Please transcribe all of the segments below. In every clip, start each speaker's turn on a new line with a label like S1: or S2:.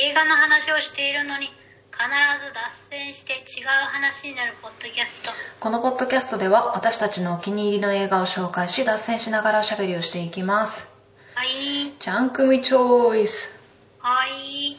S1: 映画の話をしているのに必ず脱線して違う話になるポッドキャスト
S2: このポッドキャストでは私たちのお気に入りの映画を紹介し脱線しながらおしゃべりをしていきます
S1: はい
S2: ジャンクミチョイス
S1: はい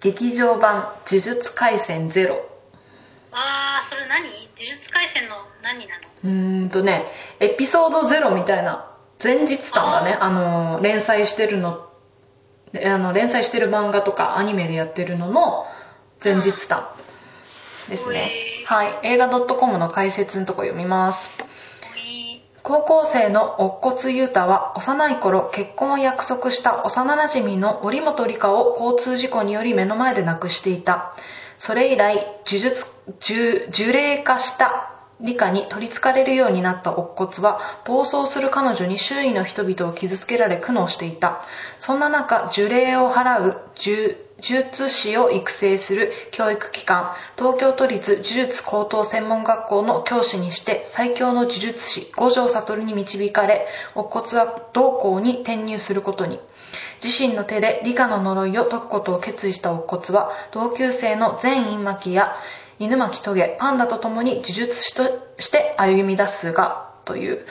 S2: 劇場版「呪術廻戦ゼロ
S1: あーそれ何呪術廻戦の何なの
S2: うーんとねエピソードゼロみたいな前日談だねあの連載してるのえあの連載してる漫画とかアニメでやってるのの前日談ですね
S1: へー
S2: はい映画 .com の解説のとこ読みます
S1: はい
S2: 高校生の乙骨裕太は幼い頃結婚を約束した幼馴染の織本理香を交通事故により目の前で亡くしていたそれ以来呪術呪呪霊化した理香に取りつかれるようになった乙骨は暴走する彼女に周囲の人々を傷つけられ苦悩していたそんな中呪霊を払う呪呪術師を育成する教育機関東京都立呪術高等専門学校の教師にして最強の呪術師五条悟に導かれ乙骨は同校に転入することに自身の手で理科の呪いを解くことを決意した乙骨は同級生の全員巻や犬巻棘パンダと共に呪術師として歩み出すがという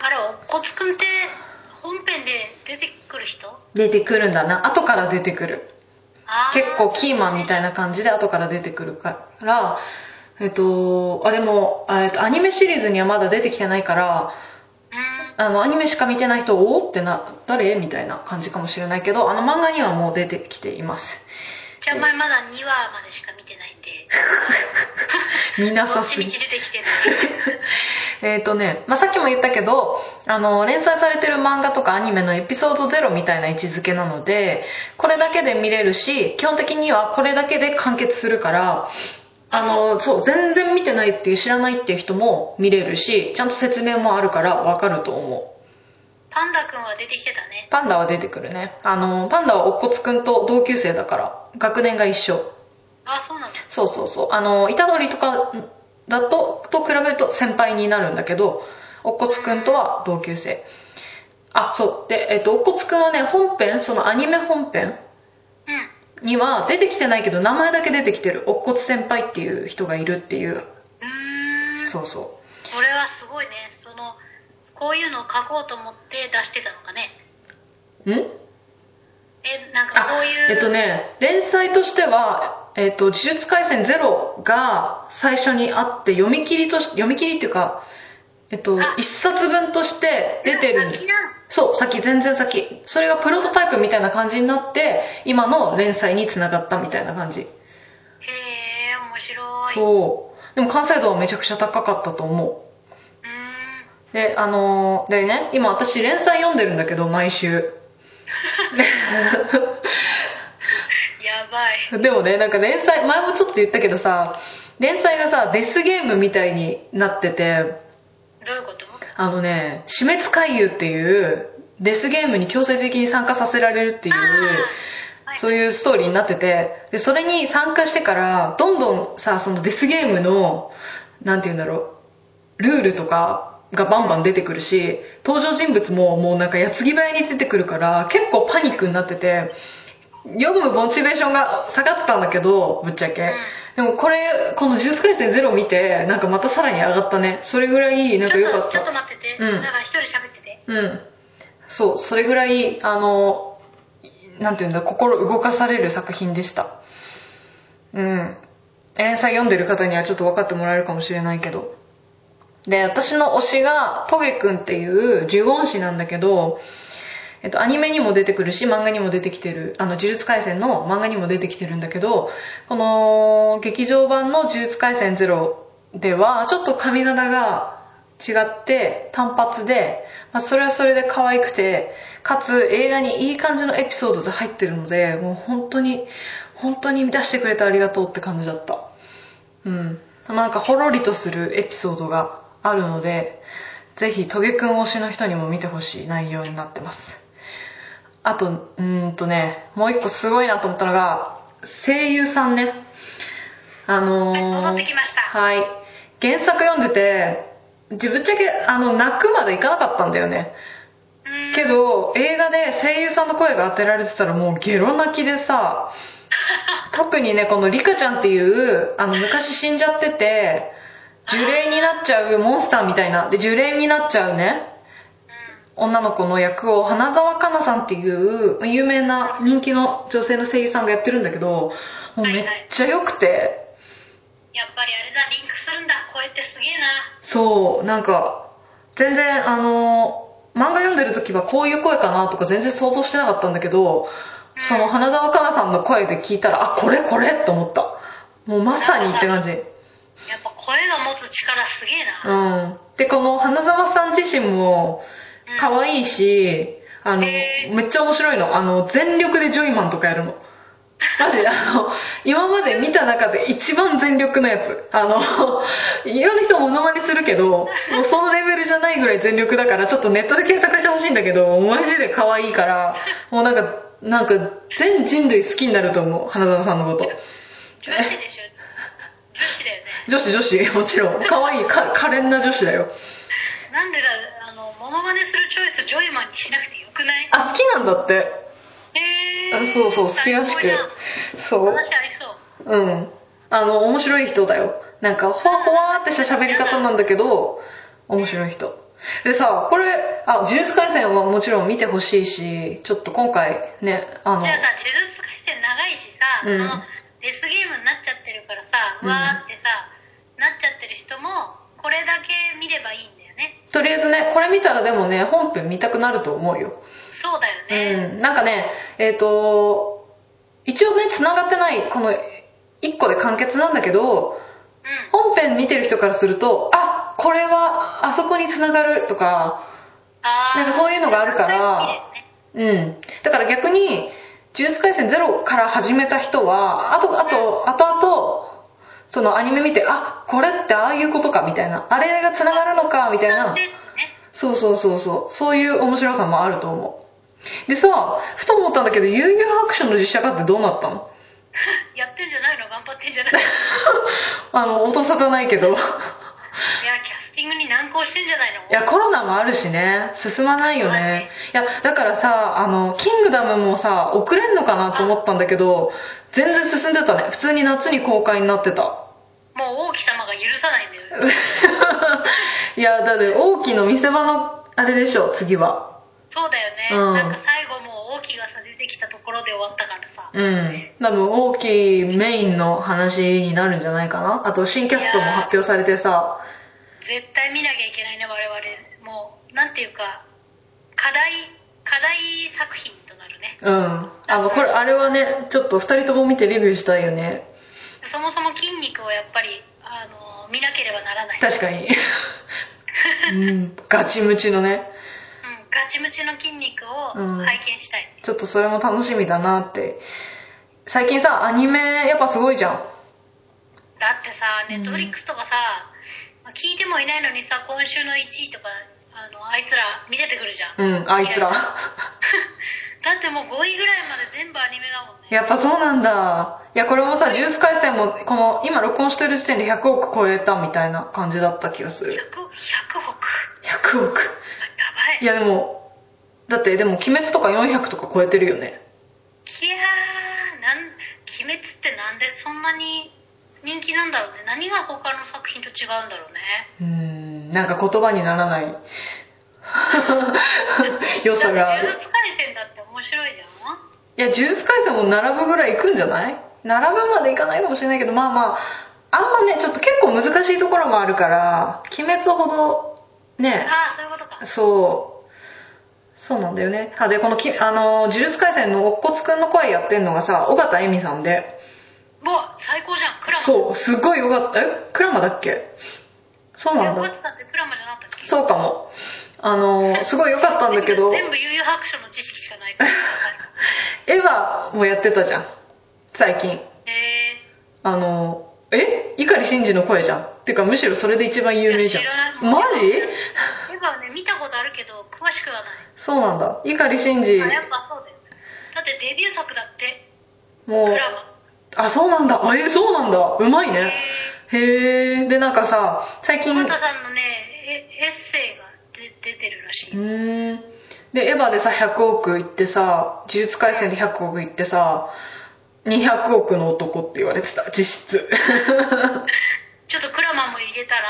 S1: あれおっこつくんって本編で出てくる人
S2: 出てくるんだな後から出てくる
S1: あー
S2: 結構キーマンみたいな感じで後から出てくるから、えっと、あ、でも、あえっと、アニメシリーズにはまだ出てきてないから、
S1: うん
S2: あの、アニメしか見てない人、おおってな、誰みたいな感じかもしれないけど、あの漫画にはもう出てきています。
S1: じゃあ前まだ2話までしか見てないん で
S2: 見な
S1: ど
S2: さ
S1: っち
S2: す
S1: み
S2: ぎ
S1: ち。出てきてない
S2: えっ、とね、まあ、さっきも言ったけど、あの、連載されてる漫画とかアニメのエピソードゼロみたいな位置づけなので、これだけで見れるし、基本的にはこれだけで完結するから、あの、そう、全然見てないっていう、知らないっていう人も見れるし、ちゃんと説明もあるからわかると思う。
S1: パンダくんは出てきてたね
S2: パンダは出てくるね。あの、パンダはおっこつくんと同級生だから、学年が一緒。
S1: あそうなの
S2: そうそうそう。あの、虎杖とかだと、と比べると先輩になるんだけど、おっこつくんとは同級生。あ、そう。で、えっと、おっこつくんはね、本編、そのアニメ本編
S1: うん
S2: には出てきてないけど、名前だけ出てきてる。おっこつ先輩っていう人がいるっていう。
S1: うーん
S2: そうそ
S1: これはすごいねそのこういうのを書こうと思って出してたのかね
S2: う。ん
S1: えなんかこ
S2: あ
S1: ういう、
S2: えっとね、連載としては、えっと、呪術廻戦ゼロが最初にあって、読み切りとし、読み切りっていうか、えっと
S1: あ、
S2: 一冊分として出てるん
S1: あ先なの
S2: そう、先、全然先。それがプロトタイプみたいな感じになって、今の連載に繋がったみたいな感じ。
S1: へえ面白いう
S2: そう。でも完成度はめちゃくちゃ高かったと思
S1: ーん
S2: う。で、あのーでね、今私連載読んでるんだけど、毎週。
S1: やばい
S2: でもね、なんか連載、前もちょっと言ったけどさ、連載がさ、デスゲームみたいになってて、
S1: どういうこと
S2: あのね、死滅回遊っていう、デスゲームに強制的に参加させられるっていう、
S1: あーはい
S2: そういうストーリーになってて、で、それに参加してから、どんどんさ、そのデスゲームの、なんて言うんだろう、ルールとかがバンバン出てくるし、登場人物ももうなんか矢継ぎ早に出てくるから、結構パニックになってて、読むモチベーションが下がってたんだけど、ぶっちゃけ。でもこれ、この呪術廻戦ゼロ見て、なんかまたさらに上がったね。それぐらい、なんか良
S1: ちょ
S2: か
S1: っ
S2: っ
S1: とちょっと
S2: た。
S1: 待ってて、
S2: うん
S1: だから一人喋ってて
S2: うん。そう、それぐらい、あの、なんていうんだ、心動かされる作品でした。うん。連載読んでる方にはちょっと分かってもらえるかもしれないけど。で、私の推しが、トゲくんっていう呪言師なんだけど、えっと、アニメにも出てくるし、漫画にも出てきてる、あの、呪術廻戦の漫画にも出てきてるんだけど、この、劇場版の呪術廻戦ゼロでは、ちょっと髪型が違って、単発で、まあ、それはそれで可愛くて、かつ映画にいい感じのエピソードで入ってるので、もう本当に、本当に出してくれてありがとうって感じだった。うん。まあなんかほろりとするエピソードがあるので、ぜひ、トゲくん推しの人にも見てほしい内容になってます。あと、うーんとね、もう一個すごいなと思ったのが、声優さんね。あの
S1: は
S2: ー
S1: い戻ってきました
S2: はい。原作読んでて、自分ぶっちゃけ、あの、泣くまでいかなかったんだよね。
S1: うーん
S2: けど、映画で声優さんの声が当てられてたらもうゲロ泣きでさ、特にね、このリカちゃんっていう、あの、昔死んじゃってて、呪霊になっちゃうモンスターみたいな、で、呪霊になっちゃうね、女の子の役を花澤香菜さんっていう有名な人気の女性の声優さんがやってるんだけど、もうめっちゃ良くて、
S1: やっぱりあれだ、リンクするんだ、声ってすげえな。
S2: そう、なんか、全然、あの、漫画読んでる時はこういう声かなとか全然想像してなかったんだけど、その花澤香菜さんの声で聞いたら、あ、これこれと思った。もうまさにって感じ。
S1: やっぱ声が持つ力すげえな。
S2: うん。で、この花澤さん自身も
S1: うん
S2: 可愛いし、あの、
S1: へ
S2: めっちゃ面白いの。あの、全力でジョイマンとかやるの。マジで、あの、今まで見た中で一番全力なやつ。あの、いろんな人もノマネするけど、もうそのレベルじゃないぐらい全力だから、ちょっとネットで検索してほしいんだけど、マジで可愛いから、もうなんか、なんか、全人類好きになると思う、花澤さんのこと。
S1: 女子でしょ。女子だよね。
S2: 女子女子、もちろん。可愛い、か、可憐な女子だよ。
S1: なんでだ、あの、モノマネするチョイス、ジョイマンにしなくてよくない
S2: あ、好きなんだって。
S1: へ
S2: あ
S1: ー
S2: そうそう、好きらしく
S1: 最高。
S2: そう
S1: じゃん。話ありそう。
S2: うん。あの、面白い人だよ。なんか、ほわほわってした喋り方なんだけど、面白い人。でさ、これ、あ、呪術廻戦はもちろん見てほしいし、ちょっと今回ね、あの
S1: じゃ、あさ、呪術廻戦長いしさ、
S2: うん
S1: そのデスゲームになっちゃってるからさ、
S2: う
S1: うんわーってさ、なっちゃってる人も、これだけ見ればいいんだよね。
S2: とりあえずね、これ見たらでもね、本編見たくなると思うよ。
S1: そうだよね。
S2: うん。なんかね、えっ、と、一応ね、繋がってない、この、一個で完結なんだけど、
S1: うん。
S2: 本編見てる人からすると、あ、これは、あそこに繋がるとか、
S1: あー
S2: なんかそういうのがあるから
S1: そういうのね
S2: うん。だから逆に、呪術廻戦ゼロから始めた人は、あと、あと、あとあと、そのアニメ見て、あ、これってああいうことか、みたいな。あれが繋がるのか、みたいな
S1: で。ね
S2: そうそうそうそう。そういう面白さもあると思う。でさ、ふと思ったんだけど、悠々白書の実写化ってどうなったの
S1: やってんじゃないの頑張ってんじゃない のい
S2: あの、音沙汰ないけど。い
S1: や、キャスティングに難航してんじゃないの
S2: や、コロナもあるしね、進まないよね。いや、だからさ、あの、キングダムもさ、遅れんのかなと思ったんだけど、全然進んでたね。普通に夏に公開になってた。
S1: もう王貴様が許さないんだよ。
S2: いや、だって、大きの見せ場の、あれでしょ、次は。
S1: そうだよね。
S2: うん
S1: なんか最後もう王貴がさ、出てきたところで終わったからさ。
S2: うん。多分、大きメインの話になるんじゃないかな。あと、新キャストも発表されてさ、
S1: 絶対見なきゃいけないね、我々。もう、なんていうか、課題、課題作品となるね。
S2: うん。あの、これ、あれはね、ちょっと二人とも見てレビューしたいよね。
S1: そもそも筋肉をやっぱり、あの、見なければならない。
S2: 確かに。うん、ガチムチのね。
S1: うん、ガチムチの筋肉を
S2: うん
S1: 拝見したい。
S2: ちょっとそれも楽しみだなって。最近さ、アニメ、やっぱすごいじゃん。
S1: だってさ、
S2: う
S1: ネ
S2: ん
S1: ットフリックスとかさ、まあ聞いてもいないのにさ、今週の1位とか、あの、あいつら見せてくるじゃん。
S2: うん、あいつ
S1: だ
S2: ら。
S1: ってもう5位ぐらいまで全部アニメだもんね。
S2: やっぱそうなんだ。いや、これもさ、ジュース回線も、この、今録音してる時点で100億超えたみたいな感じだった気がす
S1: 100、
S2: る。
S1: 100億。
S2: 100億。
S1: やばい。
S2: いや、でも、だって、でも、鬼滅とか400とか超えてるよね。
S1: いやー、なん、鬼滅ってなんでそんなに人気なんだろうね。何が他の作品と違うんだろうね。
S2: うーん、なんか言葉になら ない。良さがあ
S1: だって呪
S2: る。
S1: 術廻戦だって面白いじゃん。
S2: いや、呪術回線も並ぶぐらい行くんじゃない並ぶまで行かないかもしれないけど、まあまあ、あんまね、ちょっと結構難しいところもあるから、鬼滅ほど、ね、
S1: ああ、そういうことか。
S2: そう。そうなんだよね。あ、で、このき、あの、呪術廻戦のおっこつくんの声やってんのがさ、尾形恵美さんで。
S1: うわ、最高じゃん。クラマ。
S2: そう、すっごいよかった。えクラマだっけそうなん
S1: 横
S2: だ。
S1: 地さんってクラマじゃなかったっけ
S2: そうかも。あの、すごいよかったんだけど、
S1: 全部悠々白書の知識しか ないから。
S2: エヴァもやってたじゃん。最近。
S1: え
S2: あの、え碇シンジの声じゃん。てか、むしろそれで一番有名じゃん
S1: いや知。ら
S2: マ
S1: ないー、
S2: ジ
S1: エヴァはね、見たことあるけど、詳しくはない。
S2: そうなんだ。碇シンジ、
S1: あ、やっぱそうだよね。だってデビュー作だって、
S2: も
S1: ク
S2: う、
S1: ラマ。
S2: あ、そうなんだ。あ、え、そうなんだ。うまいね。
S1: えー
S2: へえ。で、なんかさ、最近、
S1: 尾
S2: う
S1: 形さんのねえエッセイが出出てるらしい、
S2: ーん、で、エヴァでさ、100億いってさ、呪術廻戦で100億いってさ、200億の男って言われてた、実 質。
S1: ちょっとクラマンも入れた ら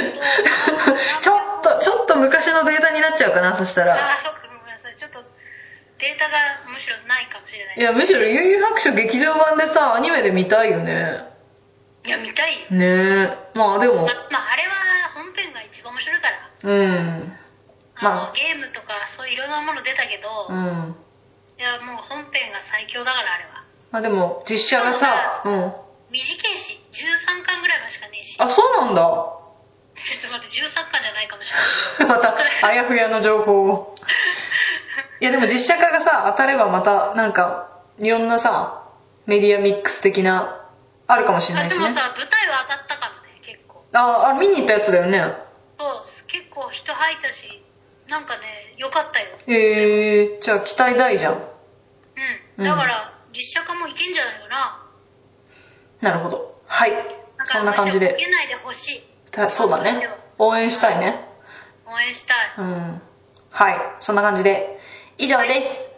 S2: ちょっと、ちょっと昔のデータになっちゃうかな、そしたら。
S1: ああそっかごめんなさいちょっとデータがむしろないかもしれない
S2: いや、むしろ悠々白書劇場版でさ、アニメで見たいよね。
S1: いや見たいよ
S2: ねえ。まあでも
S1: ま、まああれは本編が一番面白いから
S2: うん。
S1: あの、
S2: まあ
S1: ゲームとかそういろんなもの出たけど、
S2: う
S1: い
S2: ん。
S1: やもう本編が最強だからあれは
S2: まあでも、実写がさ、うん。
S1: 短いし13巻ぐらいまでしかねえし
S2: あ、そうなんだ。
S1: ちょっと待って13巻じゃないかもしれない
S2: また、あやふやの情報を。いやでも実写化がさ、当たればまた、なんか、いろんなさ、メディアミックス的な、あるかもしれな
S1: あ
S2: い
S1: で
S2: し
S1: も
S2: ね。
S1: さ舞台は当たったからね結構
S2: あ、あ、見に行ったやつだよね。
S1: そう結構人入ったしなんかね良かったよ
S2: えー、じゃあ期待大じゃん。
S1: うんだから実写化もいけんじゃないかな
S2: なるほど。はい。
S1: だか
S2: そ
S1: ら
S2: んな感
S1: む
S2: じ
S1: し
S2: で。
S1: ろ受けないでほしい
S2: たそうだね。応援したいね。
S1: 応援したい
S2: うん。はい。そんな感じで。以上です。